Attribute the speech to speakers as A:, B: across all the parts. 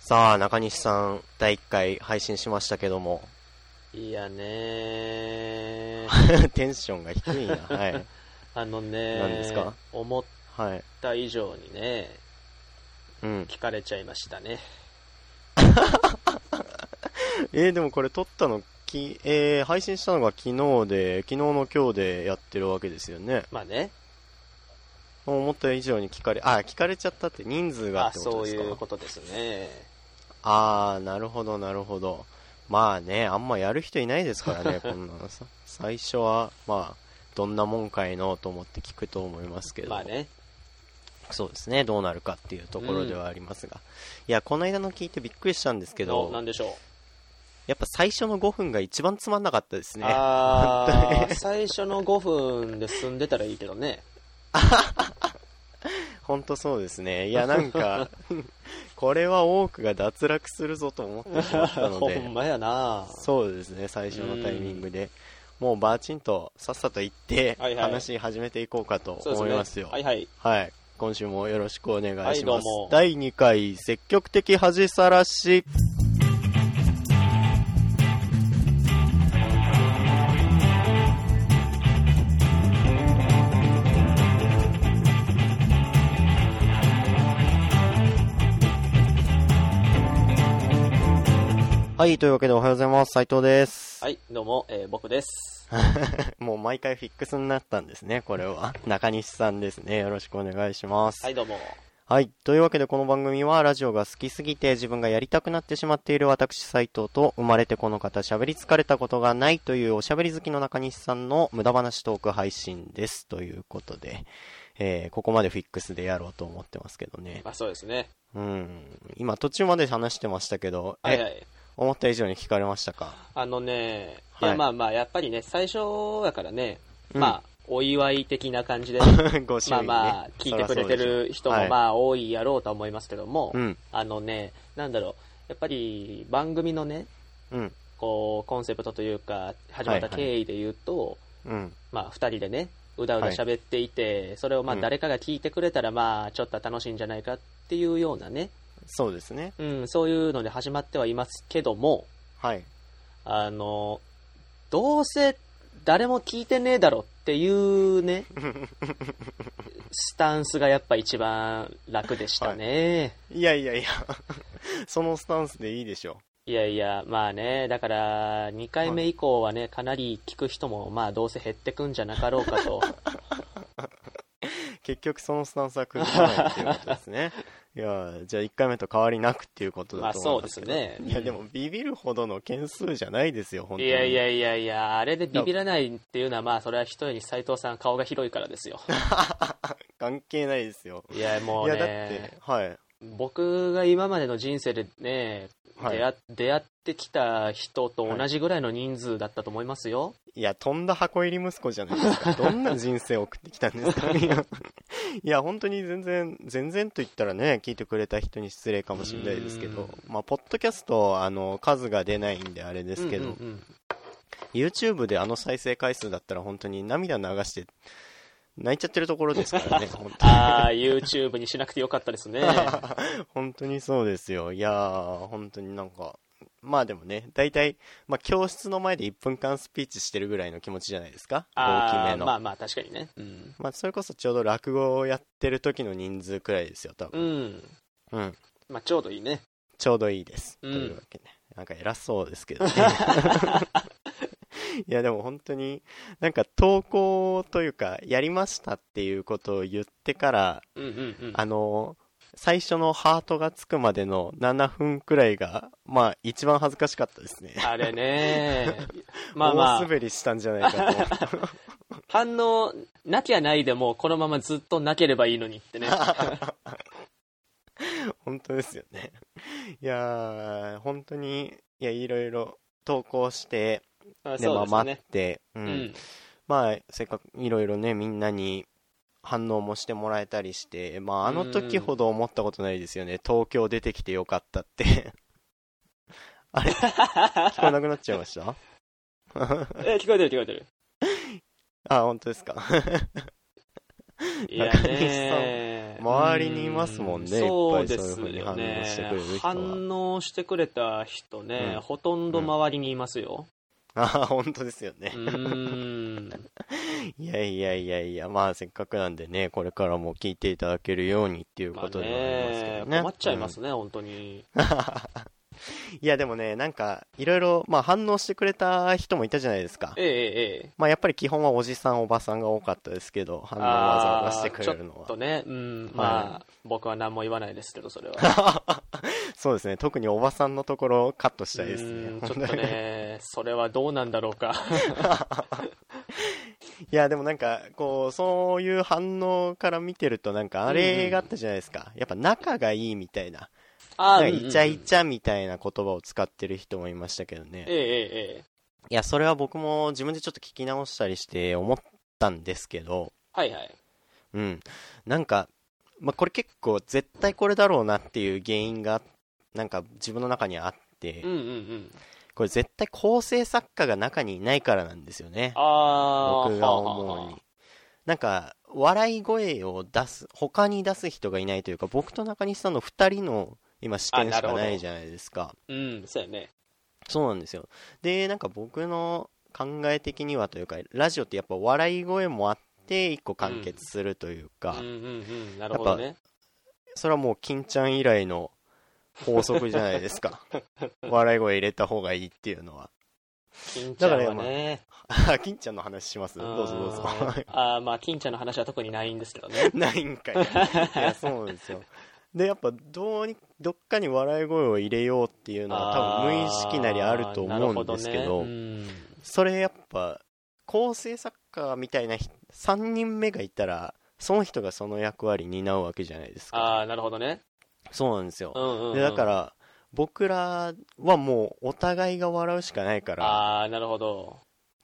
A: さあ、中西さん、第1回配信しましたけども、
B: いやね
A: テンションが低い な。はい。
B: あのね
A: 何ですか
B: 思っ
A: はい。
B: た以上にね、
A: うん。
B: 聞かれちゃいましたね。
A: えーでもこれ撮ったの、き、えー配信したのが昨日で、昨日の今日でやってるわけですよね。
B: まあね、
A: もう思った以上に聞かれ、あ、聞かれちゃったって人数が
B: あ
A: ってこ
B: そ
A: と
B: う
A: です
B: い
A: か
B: うことですね。
A: あー、なるほど、なるほど。まあね、あんまやる人いないですから ね、こんなのさ。最初は、まあ、どんなもんかいのと思って聞くと思いますけど。
B: まあね、
A: そうですね、どうなるかっていうところではありますが、いや、この間の聞いてびっくりしたんですけ
B: なな
A: ど
B: ん、でしょ
A: やっぱ最初の5分が一番つまんなかったです
B: う。
A: ね。あ
B: あー、最初の5分で済んでたらいいけどね。
A: ほんとそうです ね。いや、なんか、これは多くが脱落するぞと思ってしまったの
B: ほ
A: で
B: ん、まやな
A: そうですね、最初のタイミングで、もうバーチンとさっさと行って、
B: はいはい
A: 話始めていこうかと
B: そう
A: 思いますよ。
B: はいはい。
A: はい。今週もよろしくお願いします。
B: はいどうも
A: 第2回、積極的恥さらし。はい、というわけでおはようございます。斉藤です。
B: はい、どうも、えー僕です。
A: もう毎回フィックスになったんですね、これは。中西さんですね。よろしくお願いします。
B: はい、どうも。
A: はい。というわけでこの番組はラジオが好きすぎて自分がやりたくなってしまっている私斉藤と生まれてこの方喋り疲れたことがないというおしゃべり好きの中西さんの無駄話トーク配信です。ということで、えー、ここまでフィックスでやろうと思ってますけどね。
B: まあそうですね。
A: うん。今途中まで話してましたけど、
B: はい
A: え、
B: はい。
A: 思った以上に聞かれました か
B: あのね、い
A: は
B: や
A: い
B: まあまあ、やっぱりね、最初だからね、
A: うん
B: まあ、お祝い的な感じで、
A: ご趣味
B: まあ
A: ね。
B: まあ、聞いてくれてる人も
A: あ、
B: まあ多いやろうとは思いますけども、
A: うん
B: あのね、なんだろう、やっぱり番組のね、
A: うん。
B: こう、コンセプトというか、始まった経緯で言うと、
A: うん。
B: まあ、二人でね、うだうだ喋っていて、それをまあ
A: うん
B: 誰かが聞いてくれたら、まあ、ちょっと楽しいんじゃないかっていうようなね、
A: そうですね。
B: うん、そういうので始まってはいますけども、
A: はい。
B: あの、どうせ誰も聞いてねえだろっていうね、スタンスがやっぱ一番楽でしたね。
A: いやいやいや、 そのスタンスでいいでしょ
B: い、やいや、まあね、だから2回目以降はね、かなり聞く人も、まあどうせ減ってくんじゃなかろうか と。
A: 結局そのスタンスは崩さないっていうことです ね。いやーじゃあ1回目と変わりなくっていうことだと思いますけど、
B: まあそうですね
A: いやでもビビるほどの件数じゃないですよ、本当
B: い
A: に。
B: やいやいやいや、あれでビビらないっていうのは、まあそれはひとえに斎藤さん顔が広いからですよ。
A: 関係ないですよ。
B: いや、も
A: いうや
B: ね。
A: だって、はい。
B: 僕が今までの人生でね、
A: はい
B: 出会出会ってきた人と同じぐらいの人数だったと思いますよ、
A: いや、飛んだ箱入り息子じゃないです か。どんな人生を送ってきたんですかいや、いや本当に全然、全然と言ったらね、聞いてくれた人に失礼かもしれないですけ
B: う
A: ど
B: ー、
A: まあ、ポッドキャスト、あの、数が出ないんであれですけど、
B: うんうんうん
A: YouTube であの再生回数だったら本当に涙流して泣いちゃってるところですから ね、本当に。
B: ああ YouTube にしなくてよかっ たですね
A: 本当にそうですよ。いやー、本当になんか、まあでもね、大体、まあ教室の前で1分間スピーチしてるぐらいの気持ちじゃないですか大き
B: あ
A: め
B: ー
A: の。
B: ま
A: ま
B: あまあ確かにねうん、
A: あそれこそちょうど落語をやってる時の人数くらいですよ、多
B: う
A: 分。
B: ん
A: うん。
B: まあ、ちょうどいいね
A: ちょうどいいです。
B: うん
A: というわけね。なんか偉そうですけどね。 いやでも本当になんか投稿というかやりましたっていうことを言ってから
B: うんうんうん
A: あの最初のハートがつくまでの7分くらいがまあ一番恥ずかしかったですね
B: あれね まあま
A: 大
B: あ
A: 滑りしたんじゃないかと思って
B: 反応なきゃないでもうこのままずっとなければいいの にってね
A: 本当ですよねいやー本当にいやいろいろ投稿して
B: あ
A: でま
B: そ
A: あ
B: うです
A: 待っ
B: ね
A: て、うん
B: うん
A: まあせっかくいろいろねみんなに反応もしてもらえたりして、まあ、あの時ほど思ったことないですよね、東京出てきてよかったって あれ聞こえなくなっちゃいました
B: え聞こえてる聞こえてる
A: あ、本当ですか。
B: いやね
A: 周りにいますもんね
B: う
A: いっぱいそういう風に反応してくれる人は
B: そうですよね反応してくれた人ね、
A: うん
B: ほとんど周りにいますよ。
A: あ あ、本当ですよね
B: う。ー ん。
A: いやいやいやいや、まあせっかくなんでね、これからも聞いていただけるようにっていう
B: まあ
A: ことではありますけどね。
B: ね困っちゃいます
A: うん
B: ね、本当に。
A: いやでもね、なんか、いろいろ、まあ反応してくれた人もいたじゃないですか。
B: ええええええ。
A: まあやっぱり基本はおじさんおばさんが多かったですけど、反応わざわざしてくれるの
B: あ
A: は
B: ーちょっと。ね、うん、まあ、僕は何も言わないですけど、それ は。
A: そうですね、特におばさんのところをカットしたいです
B: う
A: ね
B: ん。ちょっと
A: 本当に
B: ね、それはどうなんだろうか。
A: いやでもなんか、こう、そういう反応から見てるとなんかあれがあったじゃないですか。やっぱ仲がいいみたいな。 な
B: ああ、
A: んかイチャイ
B: うんうん
A: チャみたいな言葉を使ってる人もいましたけどね。
B: ええええええ。
A: いや、それは僕も自分でちょっと聞き直したりして思ったんですけど、
B: はいはい。
A: うん。なんか、まあ、これ結構絶対これだろうなっていう原因が、なんか自分の中にあって
B: うん、うんうん。
A: これ絶対構成作家が中にいないからなんですよね。
B: ああ、
A: 僕が
B: はあ
A: 思
B: は
A: う
B: あは
A: に。なんか、笑い声を出す、他に出す人がいないというか、僕と中西さんの二人の今視点しかないじゃないですか。
B: あうん、そうやね。
A: そうなんですよ。で、なんか僕の考え的にはというか、ラジオってやっぱ笑い声もあって、一個完結するというか、
B: うんうんうん、なるほどね。
A: それはもう、金ちゃん以来の法則じゃないです か。笑い声入れた方がいいっていうのは。
B: 金ちゃんは
A: だから
B: ね。
A: あ、金ちゃんの話しますどうぞどうぞ。
B: ん あーまあ、金ちゃんの話は特にないんですけどね。
A: ないんかい。いや、そうなんですよ。で、やっぱ、どうに、どっかに笑い声を入れようっていうのは、多分無意識なりあると思うんですけ
B: なる
A: ど、
B: ほね
A: それやっぱ構成作家みたいな3人目がいたらその人がその役割担うわけじゃないですか
B: ああ、なるほどね。
A: そうなんですよ
B: う、んうんうん、
A: でだから僕らはもうお互いが笑うしかないから
B: ああ、なるほど。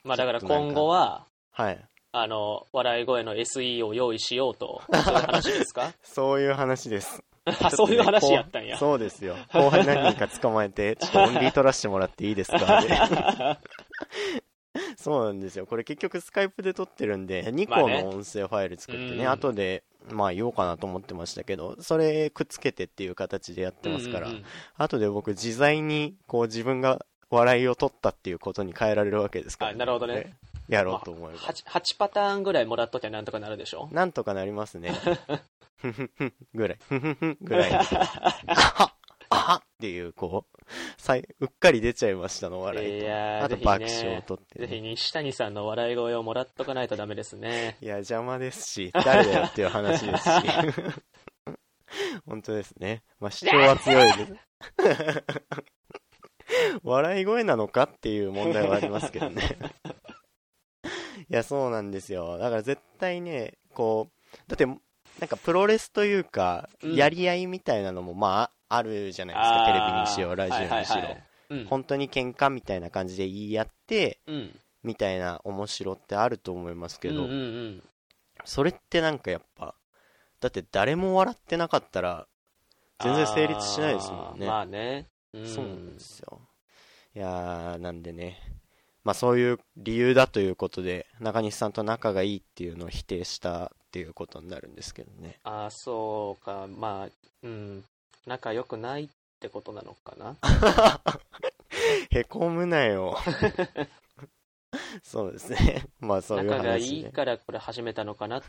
B: まあ、だから
A: ちょっとなんか
B: 今後は、
A: はい
B: あの、笑い声の SE を用意しようと、そういう話で すか
A: そういう話です
B: あそういう話やったんや。
A: そうですよ後輩何人か捕まえてちょっとオンリー取らせてもらっていいですかって そうなんですよこれ結局スカイプで撮ってるんで2
B: まあ
A: 個
B: ね
A: の音声ファイル作ってね,、
B: うん
A: 後でまあ言おうかなと思ってましたけどそれくっつけてっていう形でやってますから、
B: うんうんうん
A: 後で僕自在にこう自分が笑いを取ったっていうことに変えられるわけですから、
B: あなるほどね
A: やろうと思えば、
B: 8, 8パターンぐらいもらっときゃなんとかなるでしょ
A: なんとかなりますねふふふぐらいふふふぐらいあはあはっていうこうさいうっかり出ちゃいましたの笑いと
B: いやー
A: あと
B: ぜひね
A: 爆笑を取って、
B: ぜ
A: ね
B: ひ西谷さんの笑い声をもらっとかないとダメですね。
A: いや、邪魔ですし、誰だよっていう話です し。本当ですね。まあ、主張は強いです。笑い声なのかっていう問題はありますけどね。いや、そうなんですよ。だから絶対ね、こう、だって、なんかプロレスというか、
B: うん
A: やり合いみたいなのも、まあ、あるじゃないですか。テレビにしろ、ラジオにしろ。
B: うん。
A: 本当に喧嘩みたいな感じで言い合って、
B: うん。
A: みたいな面白ってあると思いますけど、
B: うんうんうん
A: それってなんかやっぱ、だって誰も笑ってなかったら、全然成立しないですもんね
B: あーまあね。うん
A: そうなんですよ。いやー、なんでね。まあそういう理由だということで、中西さんと仲がいいっていうのを否定したっていうことになるんですけどね。
B: ああ、そうか。まあ、うん。仲良くないってことなのかな。
A: へこむな よ。そうですね。まあそういう
B: 仲がい
A: 話
B: い
A: で。
B: からこれ始めたのかなっ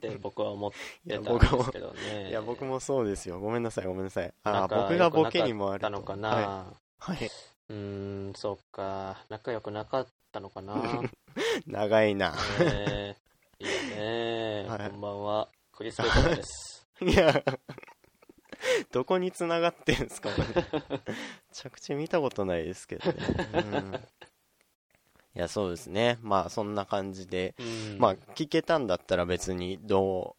B: て僕は思っ
A: い
B: て
A: や、
B: たん
A: 僕
B: です
A: も、
B: けどね。
A: いや、僕もそうですよ。ごめんなさい、ごめんなさい。あー
B: 仲
A: 僕
B: 良
A: が
B: くなか
A: ボケにもあ
B: っ
A: ると
B: たのか
A: は
B: な。
A: い。はい。
B: うーん、そうか。仲良くなかったの かな。
A: 長いな。
B: ねえいいよね、
A: はい
B: こんばんは。クリス・ベコです。
A: いや、 どこに繋がってんすか、こ れ着地見たことないですけどね。うん、いや、そうですね。まあ、そんな感じで。
B: うん
A: まあ、聞けたんだったら別にど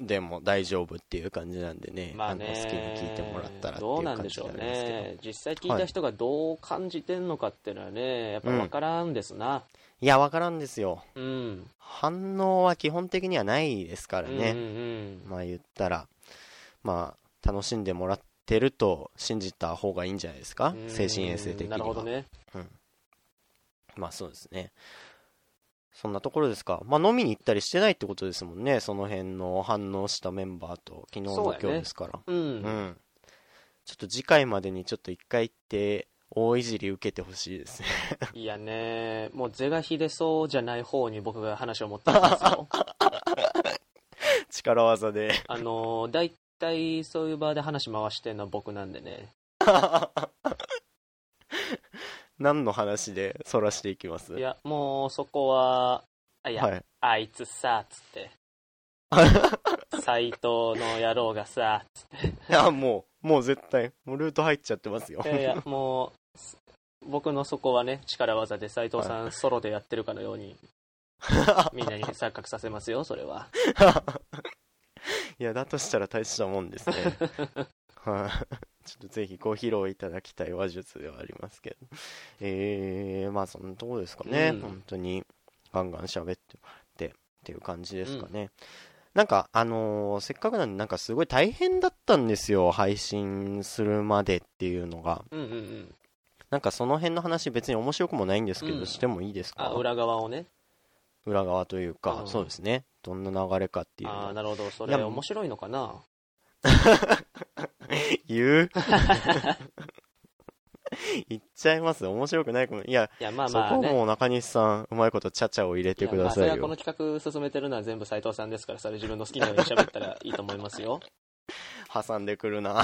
A: うでも大丈夫っていう感じなんでね。
B: まあ
A: の
B: ね、
A: 好きに聞いてもらったらってい
B: どう
A: う
B: なん
A: 感
B: で
A: じ
B: しょ
A: な
B: うん
A: ですけど。
B: ね。実際聞いた人がどう感じてんのかっていうのはね、やっぱ分からんですな。
A: いや、わからんですよ。
B: うん。
A: 反応は基本的にはないですから
B: うん
A: ね。
B: うん
A: まあ、言ったら、まあ、楽しんでもらってると信じた方がいいんじゃないですか
B: うん
A: 精神衛生的には。
B: なるほどね。
A: まあそうですね。そんなところですか。まあ、飲みに行ったりしてないってことですもんね。その辺の反応したメンバーと、昨日
B: そう
A: の
B: やね
A: 今日ですから。
B: うん。
A: うん。ちょっと次回までにちょっと一回行って、大いじり受けてほしいですね。
B: いやね、もう是が非でそうじゃない方に僕が話を持ってたんで すよ。
A: 力技 で。
B: あの、大体そういう場で話回してんのは僕なんでね。
A: 何の話でそらしていきます
B: いや、もうそこは、あいや、
A: はい。
B: あいつさ、つって。斎藤の野郎がさ、つっ
A: いや、もう、もう絶対、もうルート入っちゃってますよ
B: て。い。やいや、もう、す僕のそこはね、力技で斎藤さんソロでやってるかのよ うに、みんなに錯覚させますよ、それは。
A: いや、だとしたら大したもん ですね。はい。 ちょっとぜひご披露いただきたい話術ではありますけど。えー、まあそんなとこですかね。
B: うん
A: 本当に、ガンガン喋ってもらってっていう感じですかね。なんか、あのーせっかくなんで、なんかすごい大変だったんですよ。配信するまでっていうのが。
B: うんうんうん。
A: なんかその辺の話別に面白くもないんですけど、
B: うん
A: してもいいですか
B: あ、裏側をね。
A: 裏側というか、
B: うん
A: そうですね。どんな流れかっていうのを
B: ああー、なるほど。そ
A: い
B: れ
A: や
B: 面白いのかな
A: 言う言っちゃいます面白くないかもいや、
B: いや、まあまあ
A: そこ
B: ね。
A: も中西さんうまいことちゃちゃを入れ
B: い
A: て
B: や
A: く
B: ま
A: だ
B: あそ
A: さ
B: れ
A: い
B: はこ
A: よ
B: の企画進めてるのは全部斎藤さんですから、それ自分の好きなように喋ったらいいと思いますよ。
A: 挟んでくるな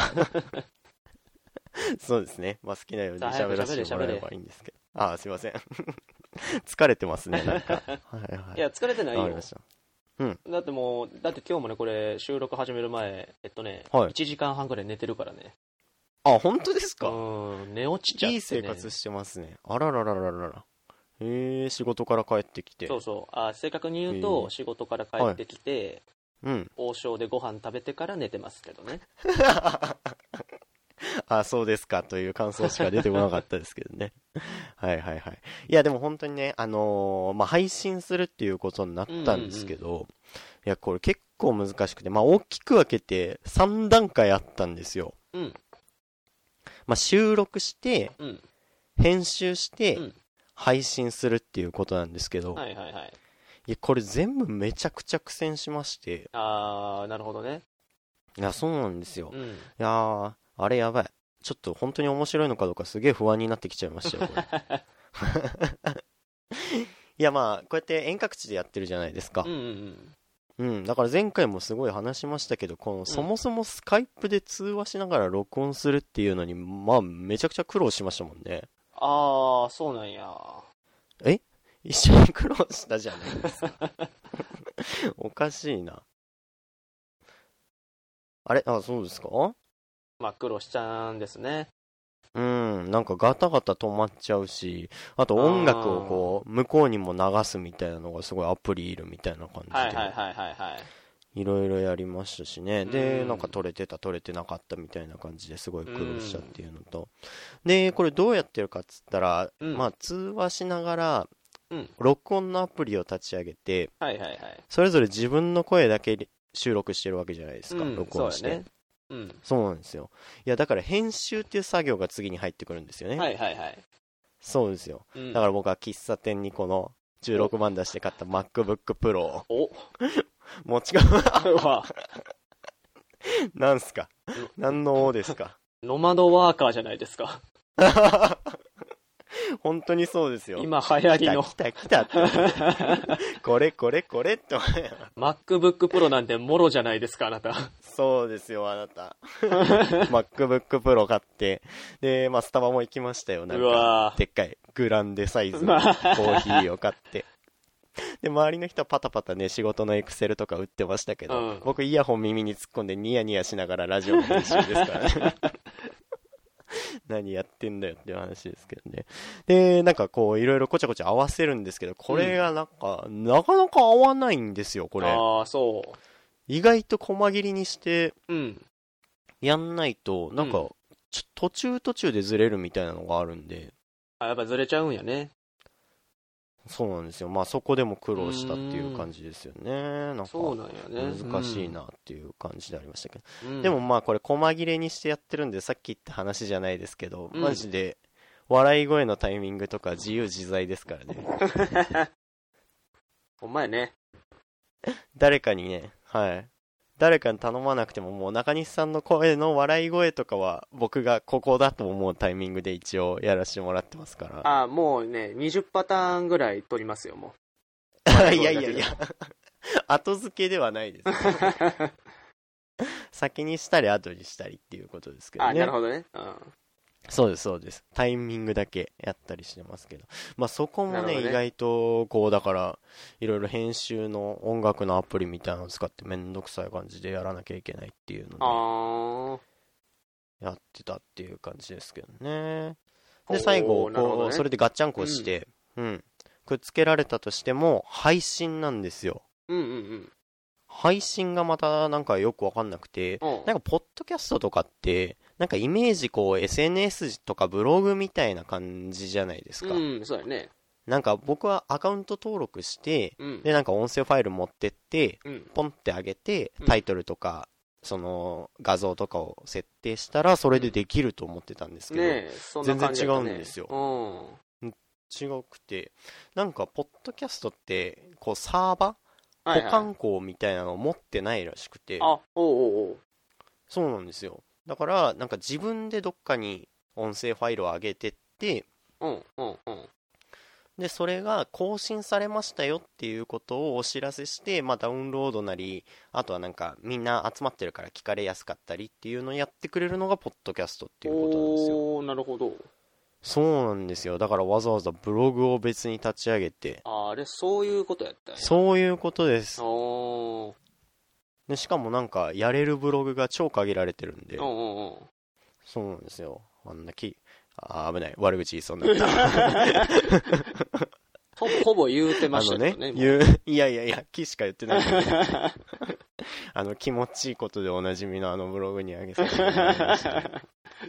A: そうですねまあ好きなように
B: さあ早く
A: 喋らせてもらえ
B: 喋れ
A: ばいいんですけどああすいません 疲れてます ねなんかはいはい
B: いや、疲れてない
A: わかり
B: よ
A: ま。した
B: だってもう、だって今日もね、これ、収録始める前、えっとね、
A: はい
B: 1時間半ぐらい寝てるからね。
A: あ本当です
B: う
A: か、
B: ーん、寝落ちちゃって、ね。
A: いい生活してますねあらららららららへえ仕事から帰ってきて
B: そうそう。あ、正確に言う
A: へ
B: と、
A: え
B: 仕事から帰ってきて、
A: うん
B: 王将でご飯食べてから寝てますけどね。
A: あ、そうですかという感想しか出てこなかったですけどね。 はいはいはい。いや、でも本当にね、あのーまあ、配信するっていうことになったんですけど、いや、これ結構難しくて、まあ、大きく分けて3段階あったんですよ。
B: うん、
A: まあ、収録して、
B: うん。
A: 編集して、
B: うん
A: 配信するっていうことなんですけど、
B: はいはいはい。
A: いや、これ全部めちゃくちゃ苦戦しまして、
B: あー、なるほどね。
A: いや、そうなんですよ。
B: う
A: い
B: ん。
A: やー、あれやばい。ちょっと本当に面白いのかどうかすげえ不安になってきちゃいましたよ、これ。 いやまあ、こうやって遠隔地でやってるじゃないですか
B: うん。うん
A: うん。だから前回もすごい話しましたけど、この、そもそもスカイプで通話しながら録音するっていうのに、まあ、めちゃくちゃ苦労しましたもんね。
B: あー、そうなんや。
A: 一緒に苦労したじゃないです か。おかしいな。あれあ、そうですか
B: まあ、苦労しちゃうんですね。
A: うん、なんかガタガタ止まっちゃうし、あと音楽をこう、向こうにも流すみたいなのがすごいアプリいるみたいな感じで。
B: はいはいはいはいはい。
A: いろいろやりましたしね。で、
B: うん
A: なんか取れてた、取れてなかったみたいな感じですごい苦労したっていうのと。で、これどうやってるかっつったら、
B: うん
A: まあ通話しながら
B: うん、
A: 録音のアプリを立ち上げて、
B: はいはいはい。
A: それぞれ自分の声だけ収録してるわけじゃないですか、
B: うん
A: 録音し
B: そうや
A: て
B: ね。うん。
A: そうなんですよ。いや、だから編集っていう作業が次に入ってくるんですよね。
B: はいはいはい。
A: そうですよ。
B: うん
A: だから僕は喫茶店にこの16万出して買った MacBook Pro を
B: お、
A: 持ち 込む。
B: は、
A: なんすか何の王ですか
B: ノマドワーカーじゃないですか。
A: 本当にそうですよ。
B: 今流行りの
A: 来た来た来た って。これこれこれって。
B: MacBook Pro なんてもろじゃないですか、あなた。
A: そうですよ、あな た。MacBook Pro 買って。で、まあ、スタバも行きましたよ。なん
B: う
A: か、
B: わ
A: でっかいグランデサイズのコーヒーを買って。で、周りの人はパタパタね、仕事のエクセルとか売ってましたけど、
B: うん
A: 僕イヤホン耳に突っ込んでニヤニヤしながらラジオの練習ですから ね。何やってんだよっていう話ですけどね。で、なんかこう、いろいろこちゃこちゃ合わせるんですけど、これがなんか、なかなか合わないんですよ、これ。
B: ああ、そ
A: 意外と細切りにして、
B: う。うん。
A: やんないと、なんか、
B: うん
A: ちょ途中途中でずれるみたいなのがあるんで、
B: あ、やっぱずれちゃうんやね。
A: そうなんですよ。まあそこでも苦労したっていう感じですよね。なんか、
B: そうなんやね。
A: 難しいなっていう感じでありましたけど。
B: うん。うん
A: でも、まあこれ、細切れにしてやってるんで、さっき言った話じゃないですけど、
B: うん
A: マジで、笑い声のタイミングとか自由自在ですからね。
B: ほんまやね。
A: 誰かにね、はい。誰かに頼まなくてももう中西さんの声の笑い声とかは僕がここだと思うタイミングで一応やらせてもらってますから。
B: ああ、もうね、20パターンぐらい取りますよ、も
A: いやいやいや。 後付けではないです。
B: う。
A: 先にしたり後にしたりっていうことですけど
B: あ
A: ね。
B: なるほどね。うん。
A: そうです、そうです。タイミングだけやったりしてますけど。まあそこも
B: なる
A: ね、
B: ほどね
A: 意外と、こう、だから、いろいろ編集の音楽のアプリみたいなのを使ってめんどくさい感じでやらなきゃいけないっていうの
B: あ
A: で、やってたっていう感じですけどね。
B: あ。
A: で、最後、
B: おーなるほ
A: こ
B: ど
A: う、
B: ね
A: それでガッチャンコして、うん。くっつけられたとしても、配信なんですよ。
B: うんうんうん。
A: 配信がまたなんかよくわかんなくて、
B: うん
A: なんか、ポッドキャストとかって、なんかイメージこう SNS とかブログみたいな感じじゃないですか。
B: うん、そうやね。
A: なんか僕はアカウント登録して、
B: うん。
A: で、なんか音声ファイル持ってって、
B: うん。
A: ポンって上げて
B: うん、
A: タイトルとか、その画像とかを設定したら、それでできると思ってたんですけど、
B: ねえ、そんな感じやったね
A: 全然違うんですよ
B: うん。
A: 違くて、なんか、ポッドキャストって、こう、サーバー、
B: はい
A: 保
B: はい。
A: 管庫みたいなのを持ってないらしくて、
B: あ、おうおうおう。
A: そうなんですよ。だから、なんか自分でどっかに音声ファイルを上げてって、
B: うんうんうん。
A: で、それが更新されましたよっていうことをお知らせして、まあダウンロードなり、あとはなんかみんな集まってるから聞かれやすかったりっていうのをやってくれるのがポッドキャストっていうことなんですよ。
B: おーなるほど。
A: そうなんですよ。だからわざわざブログを別に立ち上げて、
B: ああれ、そういうことやったんや
A: そういうことです。
B: おー
A: でしかもなんかやれるブログが超限られてるんで、
B: うんうんうん。
A: そうなんですよ。あんなき、あー危ない。悪口言いそうになった。
B: ほ ほぼ言うて
A: あ
B: まし
A: の
B: た
A: ね
B: けど、ね。今
A: 言う、 いやいやいや、きしか言ってないんだ けど。あの、気持ちいいことでおなじみのあのブログにあげさせてもらいましたけど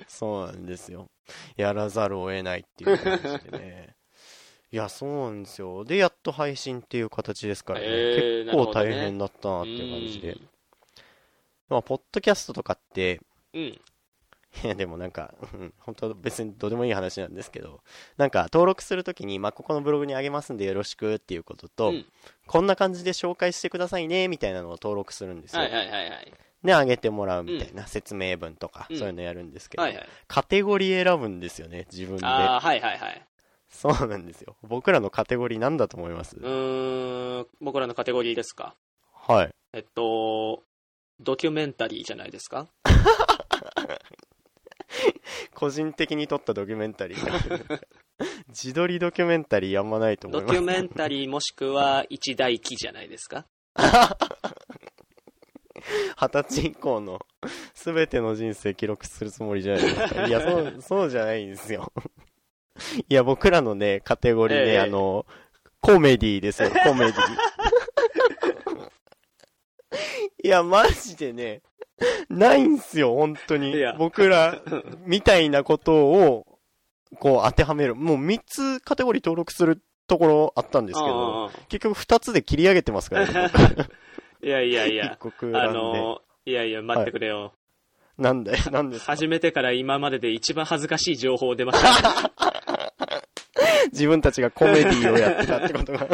A: そうなんですよ。やらざるを得ないっていう感じでね。 いや、そうなんですよ。で、やっと配信っていう形ですからね。
B: えー
A: 結構
B: なるほど
A: 大
B: ね
A: 変だったなっていう感じで。
B: うん
A: まあ、ポッドキャストとかって、
B: うん。
A: いやでもなんか、うん本当別にどうでもいい話なんですけど、なんか登録するときに、まあ、ここのブログにあげますんでよろしくっていうことと、
B: うん
A: こんな感じで紹介してくださいね、みたいなのを登録するんですよ。
B: はいはいはいはい。
A: で、あげてもらうみたいな、説明文とか、
B: うん
A: そういうのやるんですけど、
B: はいはい。
A: カテゴリー選ぶんですよね、自分で。
B: ああ、はいはいはい。
A: そうなんですよ。僕らのカテゴリーなんだと思います、
B: うーん、僕らのカテゴリーですか。
A: はい。
B: えっと、ドキュメンタリーじゃないですか。
A: 個人的に撮ったドキュメンタリ ー。自撮りドキュメンタリーやんまないと思い
B: ド
A: ま
B: キ
A: す
B: ュ。メンタリーもしくは一大記じゃないですか。
A: 二十歳以降の全ての人生記録するつもりじゃないですか。いや、そう、そうじゃないんですよ。 いや、僕らのね、カテゴリーね、
B: ええ
A: あの、コメディーです よ、コメディー。 いや、マジでね、ないんすよ、本当に
B: いや。
A: 僕ら、みたいなことを、こう、当てはめる。もう3つカテゴリー登録するところあったんですけど、
B: うんうん
A: 結局2つで切り上げてますからね、
B: うんいやいや い
A: 一
B: や、
A: 国
B: あ
A: なんで。
B: の、いやいや、待ってくれよ。
A: なんだよ、なんですか
B: 始めてから今までで一番恥ずかしい情報出ましたね。
A: 自分たちがコメディをやってたってことが。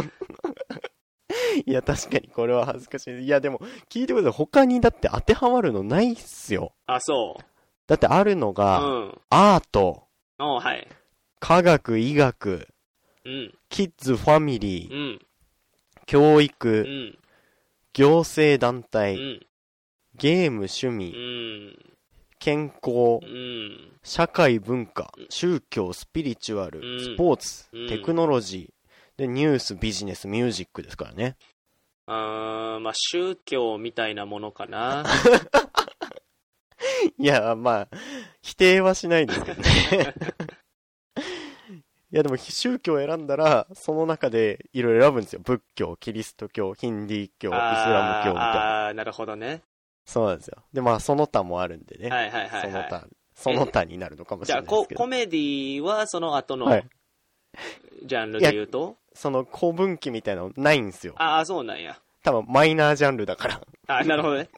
A: いや、確かにこれは恥ずかしい。いや、でも、聞いてください。他にだって当てはまるのないっすよ。
B: あ、そう。
A: だってあるの
B: う
A: が、
B: ん。
A: アート、
B: うん、はい。
A: 科学、医学、
B: うん、
A: キッズ、ファミリ
B: う
A: ー、
B: ん、
A: 教
B: う
A: 育、
B: ん、
A: 行政団
B: う
A: 体、
B: ん、
A: ゲーム、趣
B: う
A: 味、
B: ん、
A: 健康
B: う、ん、
A: 社会、文化
B: うん、
A: 宗教、スピリチュアル、
B: うん
A: スポーツ
B: う、ん
A: テクノロジー、で、ニュース、ビジネス、ミュージックですからね。
B: あーまあ、宗教みたいなものかな。
A: いや、まあ、否定はしないですけどね。いや、でも、宗教を選んだら、その中でいろいろ選ぶんですよ。仏教、キリスト教、ヒンディー教、イスラム教みたいな。
B: あーあー、なるほどね。
A: そうなんですよ。で、まあ、その他もあるんでね。
B: はいはいは
A: そ
B: い、
A: の
B: は
A: 他、その他になるのかも
B: い。
A: し
B: じ
A: れ
B: ゃ
A: な
B: あ
A: いで
B: コ、
A: すけど。
B: コメディはその後の
A: はい
B: ジャンルで言うと、
A: その古文記みたいなのないんですよ。
B: ああ、そうなんや。
A: 多分、マイナージャンルだから。
B: あなるほどね。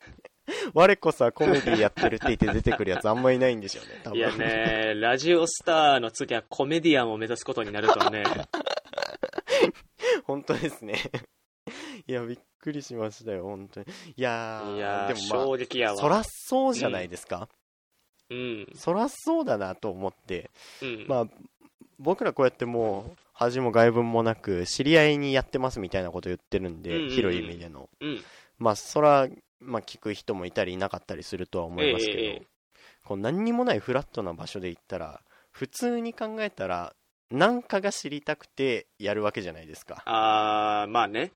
A: 我こそはコメディやってるって言って出てくるやつあんまいないんでしょうね。多分
B: いやね、ラジオスターの次は コメディアンを目指すことになるとね。
A: 本当ですね。いや、びっくりしましたよ、本当に。いやー、
B: いや
A: で
B: ー、
A: も
B: 衝撃や
A: まあ、
B: わ。
A: そらそうじゃないですか。
B: うん。
A: そらそうだなと思って、
B: うん。
A: まあ、僕らこうやってもう、恥も外聞もなく、知り合いにやってますみたいなこと言ってるんで、
B: うんうんうん
A: 広い意味での。
B: うん。
A: まあ、そら、まあ、聞く人もいたりいなかったりするとは思いますけど、
B: ええええ
A: こう何にもないフラットな場所で行ったら、普通に考えたら、何かが知りたくてやるわけじゃないですか。
B: あー、まあね。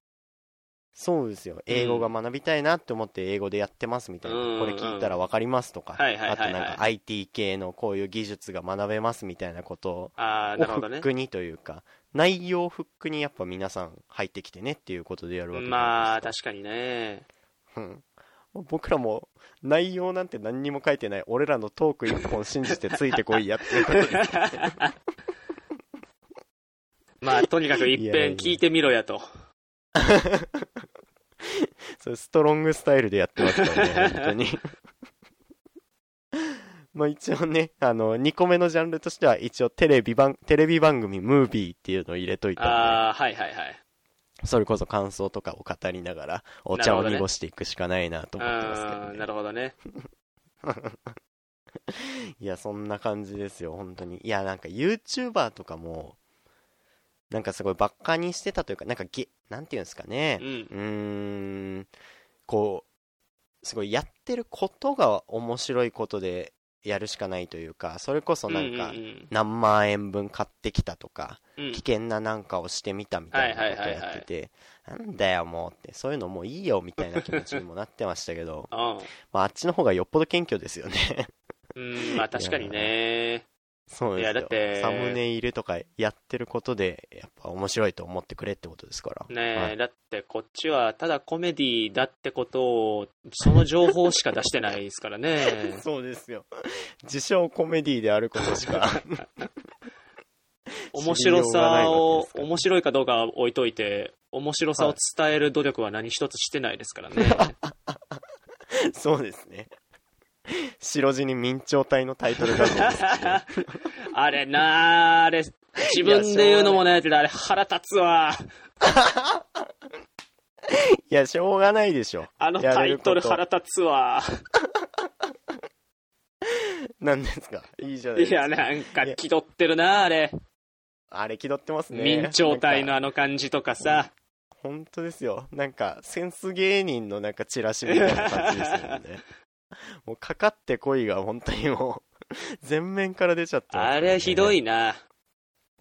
A: そうですよ。英語が学びたいなって思って英語でやってますみたいな。
B: うん
A: これ聞いたらわかりますとか、
B: はいはいはい
A: あと
B: はい
A: なんか IT 系のこういう技術が学べますみたいなことを
B: あー、
A: を
B: なる
A: フ
B: ほどね
A: ッ。クにというか、内容をフックにやっぱ皆さん入ってきてねっていうことでやるわけじ
B: ま
A: ゃ
B: あ、
A: ないで
B: 確かにね。
A: すか。うん僕らも内容なんて何にも書いてない俺らのトーク一本信じてついてこいやっていうことで
B: まあ、とにかく
A: い
B: 一
A: やい
B: 遍
A: や
B: 聞いてみろやと。
A: それストロングスタイルでやってますからね本当に まあ一応ねあの2個目のジャンルとしては一応テレビ番テレビ番組ムービーっていうのを入れといたん
B: あー、はいはいはい。
A: でそれこそ感想とかを語りながらお茶を濁していくしかないなと思ってますけど
B: あー、
A: ね
B: なるほどね。
A: いや、そんな感じですよ、本当に。いや、なんか YouTuber とかも、なんかすごいバッカにしてたというか、なんかげ、なんていうんですかね
B: う。ん
A: う。ーん、こう、すごいやってることが面白いことでやるしかないというか、それこそなんか
B: う、ん
A: 何万円分買ってきたとか、
B: うんうん、
A: 危険ななんかをしてみたみたいなことをやってて、なんだよもうって、そういうのもういいよみたいな気持ちにもなってましたけど
B: うん
A: まああっちの方がよっぽど謙虚ですよね。
B: うん、まあ確かにね。
A: そうですよ
B: いやだって
A: サムネイルとかやってることでやっぱ面白いと思ってくれってことですから
B: ねえ、
A: はい。
B: だってこっちはただコメディだってことを、その情報しか出してないですからね
A: そうですよ自称コメディであることしか
B: 面
A: 知りよ
B: 白さ
A: うがないわけで
B: を
A: す、から
B: 面白いかどうかは置いといて、面白さを伝える努力は何一つしてないですから ね。
A: そうですね白地に明朝体のタイトル画像です
B: あれなあ、あれ、自分で言うのもね、けどあれ腹立つわ。
A: いやしょうがないでしょ
B: あの
A: や
B: タ
A: れる
B: イ
A: こと
B: トル腹立つわ。
A: なんですかいいじゃないで
B: い
A: すか
B: や、なんか気取ってるなあ、あれ。
A: あれ気取ってますね
B: 明朝体
A: な
B: の
A: んか
B: あの感じとかさ。
A: 本当ですよなんかセンス芸人のなんかチラシみたいな感じですよねもうかかってこいが本当にもう全面から出ちゃってますよね、
B: あれひどいな。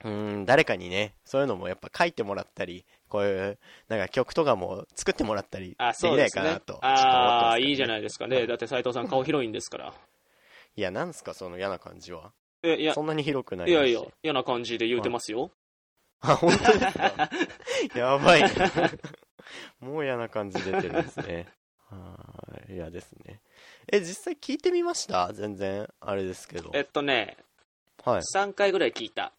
A: うーん、誰かにね、そういうのもやっぱ書いてもらったり、こういう、なんか曲とかも作ってもらったりで
B: あ、
A: き
B: そう
A: な
B: で
A: い
B: す
A: か
B: ね。
A: なと。。
B: ああ、いいじゃないいですかね。だって斉藤さん顔広いんですから。
A: いや、なんすか、その嫌な感じは。
B: え、いや、
A: そんなに広くない
B: いやい
A: し
B: や、嫌な感じで言うてますよ。
A: あ、本当ですか やばいね。もう嫌な感じ出てるんですね。はーい嫌ですね。え、実際聞いてみました全然、あれですけど。
B: えっとね、
A: はい。
B: 3回ぐらい聞いた。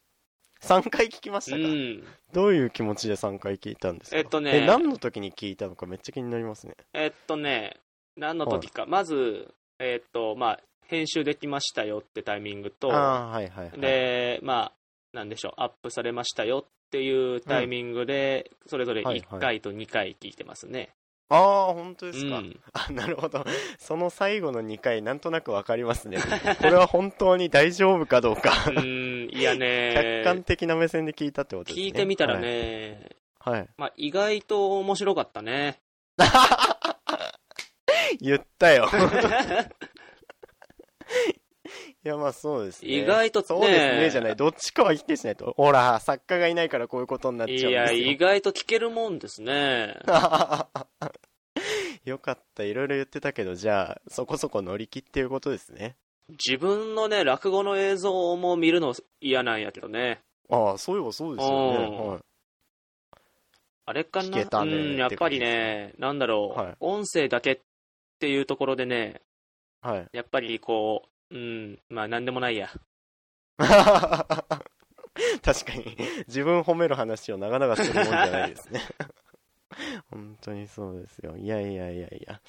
A: 3回聞きまし
B: う
A: たか、
B: ん。
A: どういう気持ちで3回聞いたんですか
B: えっとね
A: え、何の時に聞いたのかめっちゃ気になりますね。
B: えっとね、何の時か。まず、えっと、まあ、編集できましたよってタイミングと、
A: ああー、はいはい、はい。
B: で、まあ、なんでしょう、アップされましたよっていうタイミングで、それぞれ1回と2回聞いてますね。
A: ああ、本当ですか。
B: うん。
A: あ、なるほど。その最後の2回、なんとなくわかりますね。これは本当に大丈夫かどうか。
B: うん、いや
A: 客観
B: ね、
A: 的な目線で聞いたってことですね。
B: 聞いてみたらね、
A: はい。はい。
B: まあ、意外と面白かった ね。
A: 言ったよ。 いや、まあそうですね。
B: 意外とね
A: そうですね、じゃない。どっちかは否定しないと。ほら、作家がいないからこういうことになっちゃうん
B: い
A: ですよ。
B: や、意外と聞けるもんですね。
A: よかった。いろいろ言ってたけど、じゃあ、そこそこ乗り気っていうことですね。
B: 自分のね、落語の映像も見るの嫌なんやけどね。
A: ああ、そういえばそうですよね。
B: うん
A: はい。
B: あれかな
A: 聞けたね
B: うん、やっぱりね、なんだろう、
A: はい
B: 音声だけっていうところでね、
A: はい。
B: やっぱりこう、うん、まあなんでもないや。
A: 確かに自分褒める話を長々するもんじゃないですね 本当にそうですよいやいやいやいや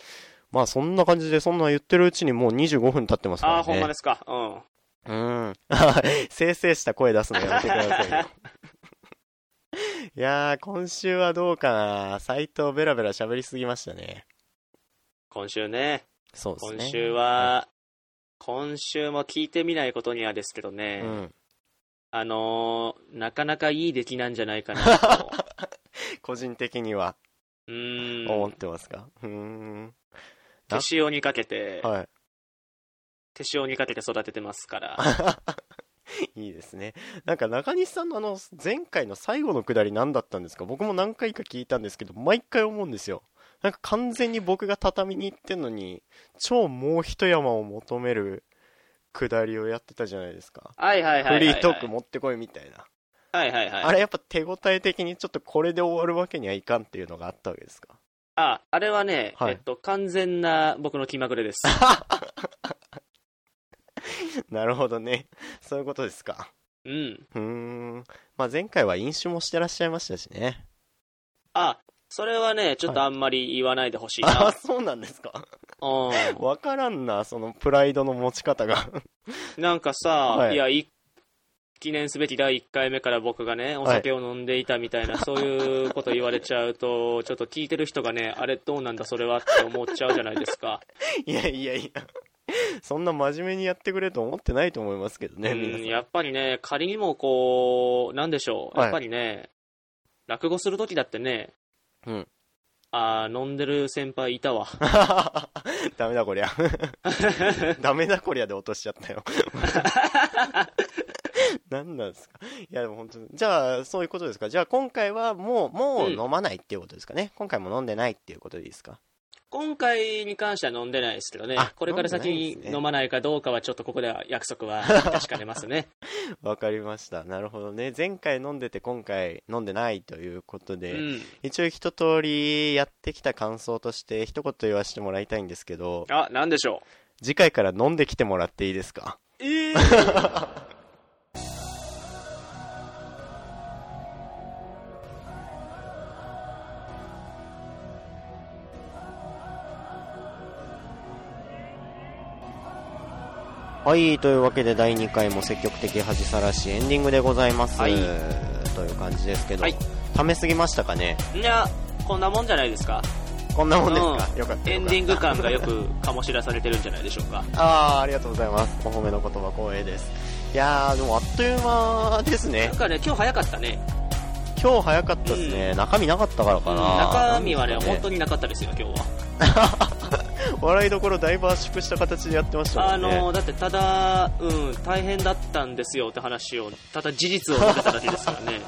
A: まあそんな感じでそんな言ってるうちにもう25分経ってますからね
B: ああ、ほんまですか。うん。
A: うん。せいせいした声出すのやめてくださいよ。いやー、今週はどうかな。斎藤ベラベラ喋りすぎましたね。
B: 今週ね、
A: そうですね。
B: 今週は、今週も聞いてみないことにはですけどね
A: う、ん。
B: あのーなかなかいい出来なんじゃないかな と。
A: 個人的には
B: う
A: 思
B: ー
A: っ
B: ん。
A: てますか。うーん。
B: 手塩にかけて、
A: はい。
B: 手塩にかけて育ててます から。
A: いいですね。なんか中西さんのあの、前回の最後のくだり何だったんですか僕も何回か聞いたんですけど、毎回思うんですよ。なんか完全に僕が畳に行ってんのに、超もう一山を求めるくだりをやってたじゃないですか。
B: はいはいはいはい、は
A: フ
B: い。
A: リートーク持ってこいみたいな。
B: はいはいはい。
A: あれやっぱ手応え的にちょっとこれで終わるわけにはいかんっていうのがあったわけですか
B: あ、あれはね、
A: はい
B: えっと、完全な僕の気まぐれ です。
A: なるほどね。そういうことですか。
B: うん。
A: うーん。まあ、前回は飲酒もしてらっしゃいましたしね。
B: あ、それはね、ちょっと
A: は
B: あんまり言わないでほしいな。
A: ああ、そうなんですか。
B: う
A: わからんな、そのプライドの持ち方が。
B: ん。なんかさ、
A: はい
B: い、や、い記念すべき第1回目から僕がね、お酒を飲んでいたみたいな、そういうこと言われちゃうと、ちょっと聞いてる人がね、あれどうなんだそれはって思っちゃうじゃないですか。
A: いやいやいや。そんな真面目にやってくれと思ってないと思いますけど ね、
B: う
A: 皆さ
B: ん、
A: ん
B: やっぱりね、仮にもこう、なんでしょう、
A: はい
B: やっぱりね、落語するときだってね、
A: うん
B: あー飲んでる先輩いたわ。
A: ダメだこりゃ。ダメだこりゃで落としちゃったよ。 何なんですかいやでも本当に。じゃあ、そういうことですか。じゃあ今回はもう、もう
B: うん
A: 飲まないっていうことですかね。今回も飲んでないっていうことでいいですか
B: 今回に関しては飲んでないですけどね
A: あ、
B: これから先
A: 飲んでないん
B: に
A: ですね
B: 飲まないかどうかは、ちょっとこ こでは約束は確かめますね。
A: わかりました。なるほどね。前回飲んでて今回飲んでないということ
B: う
A: で、
B: ん、
A: 一応一通りやってきた感想として一言言わせてもらいたいんですけど、
B: あ、なんでしょ
A: 次回から飲んできてもらっていいですか
B: う。え
A: はい、というわけで第2回も積極的恥さらしエンディングでございます。
B: はい
A: という感じですけど、
B: はい
A: ためすぎましたかね
B: いや、こんなもんじゃないですか。
A: こんなもんですか、よかった
B: エ
A: よ
B: ン
A: かった
B: ディング感がよく醸し出されてるんじゃないでしょうか。
A: あー、ありがとうございます。お褒めの言葉光栄です。いやー、でもあっという間ですね
B: なん。かね、今日早かったね。
A: 今日早かったですね。中身なかったからかな。
B: 中身はね、
A: なんです
B: 本
A: か
B: 当になかったですよ、今日は。
A: 笑いどころだいぶ圧縮した形でやってました
B: あ
A: もんね。
B: のだってただ、うん、大変だったんですよって話を、ただ事実を述べただけですからね。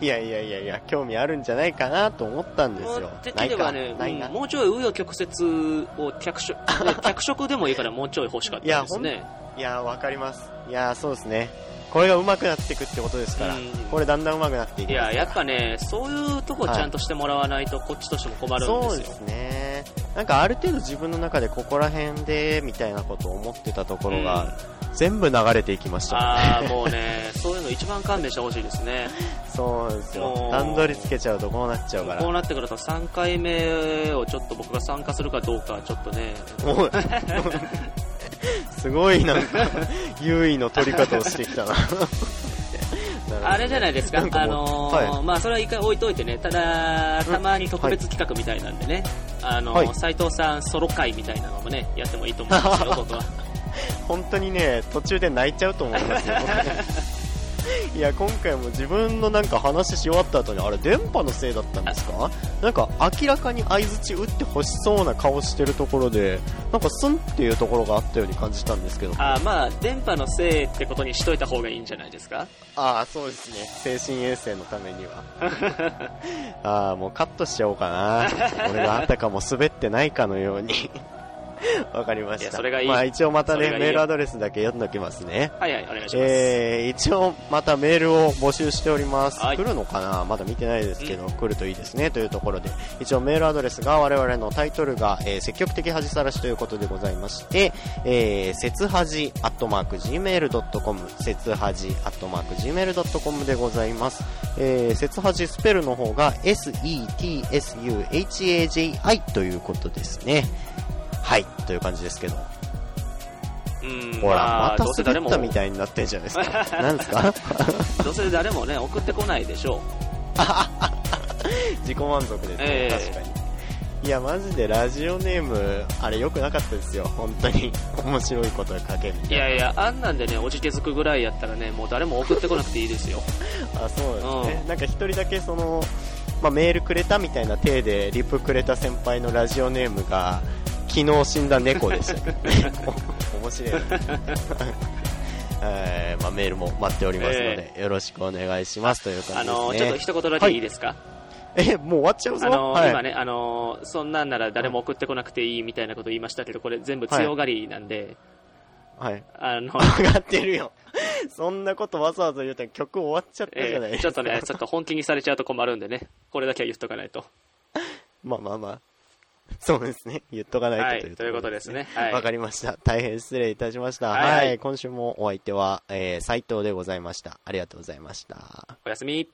A: いやいやいやいや、興味あるんじゃないかなと思ったんですよ
B: もう。で
A: な
B: き
A: い
B: れ
A: か
B: ばね、
A: ないな
B: うんもうちょい紆余曲折を脚色、ね 脚色でもいいからもうちょい欲しかったですね。
A: いやー、わかります。いやー、そうですね。これが上手くなっていくってことですから
B: うん。
A: これだんだん上手くなっていき
B: い
A: ます
B: や、
A: から
B: やっぱね、そういうとこちゃんとしてもらわないと、こっちとしても困るん
A: そう
B: で
A: です
B: よ。
A: すね。なんかある程度自分の中でここら辺で、みたいなことを思ってたところが、全部流れていきました。
B: ああ、もうね、そういうの一番勘弁してほしいで すね。
A: そうなんですよ
B: も。う
A: 段取りつけちゃうとこうなっちゃうから。
B: こうなってくると3回目をちょっと僕が参加するかどうか、ちょっとね、
A: もう すごいなんか、優位の取り方をしてきたな。
B: あれじゃないですか、
A: なんか
B: あ
A: も
B: の
A: う
B: ー
A: は
B: まあそれは一回置いといてね、ただ、たまに特別企画みたいなんでね、あのー
A: はい
B: 斉藤さんソロ会みたいなのもね、やってもいいと思うん ですよ、僕は。
A: 本当にね途中で泣いちゃうと思い ますよいや今回も自分のなんか話し終わった後にあれ電波のせいだったんですかなんか明らかに相づち打ってほしそうな顔してるところでなんかスンっていうところがあったように感じたんですけど
B: あーまあ、電波のせいってことにしといた方がいいんじゃないですか。
A: ああそうですね精神衛生のためには ああもうカットしちゃおうかな俺があたかも滑ってないかのように わかりました
B: いやそれがいい
A: まあ一応また
B: それ
A: ね
B: がいいよ
A: メールアドレスだけ読んどきますね
B: はいはい、お願いします。
A: えー、一応またメールを募集しております、
B: はい
A: 来るのかなまだ見てないですけど、来るといいですねというところで一応メールアドレスが我々のタイトルが、えー積極的恥さらしということでございまして、えー、節恥アットマーク gmail.com 節恥アットマーク gmail.com でございます、えー、節恥スペルの方が setsuhaji ということですねはいという感じですけど
B: うん、
A: ほら
B: まあ、
A: ま
B: どうせ
A: た
B: 誰
A: 滑ったみ
B: も、
A: たいになってんじゃないですかなんですか
B: どうせ誰もね、送ってこないでしょ
A: 自己満足ですね、
B: ええ
A: 確かにいやマジでラジオネームあれ良くなかったですよ本当に 面白いことが書けみたいない
B: やいや、あんなんでね、おじけづくぐらいやったらね、もう誰も送ってこなくていいですよ。
A: あそうなんですね、
B: う
A: なんか一人だけその、まあ、メールくれたみたいな体でリプくれた先輩のラジオネームが昨日死んだ猫でしたけどね お面白い なえーまあ、メールも待っておりますので、よろしくお願いしますという感
B: あ
A: じですね
B: の、ちょっと一言だけいいですか、
A: えもう終わっちゃうぞ
B: あの、
A: はい
B: 今ね、あの、そんなんなら誰も送ってこなくていいみたいなこと言いましたけど、これ全部強がりなんで、
A: はい、
B: あの、
A: 上がってるよそんなことわざわざ言うたら曲終わっちゃったじゃない
B: え
A: です
B: ーち
A: か、
B: ょっとね、ちょっと本気にされちゃうと困るんでね、これだけは言っとかないと。
A: まあまあまあ。そうですね。言っとかないと
B: はいということですねはい
A: わかりました。大変失礼いたしました。
B: はい
A: はい。今週もお相手は、えー、斉藤でございました。ありがとうございました。
B: おやすみ。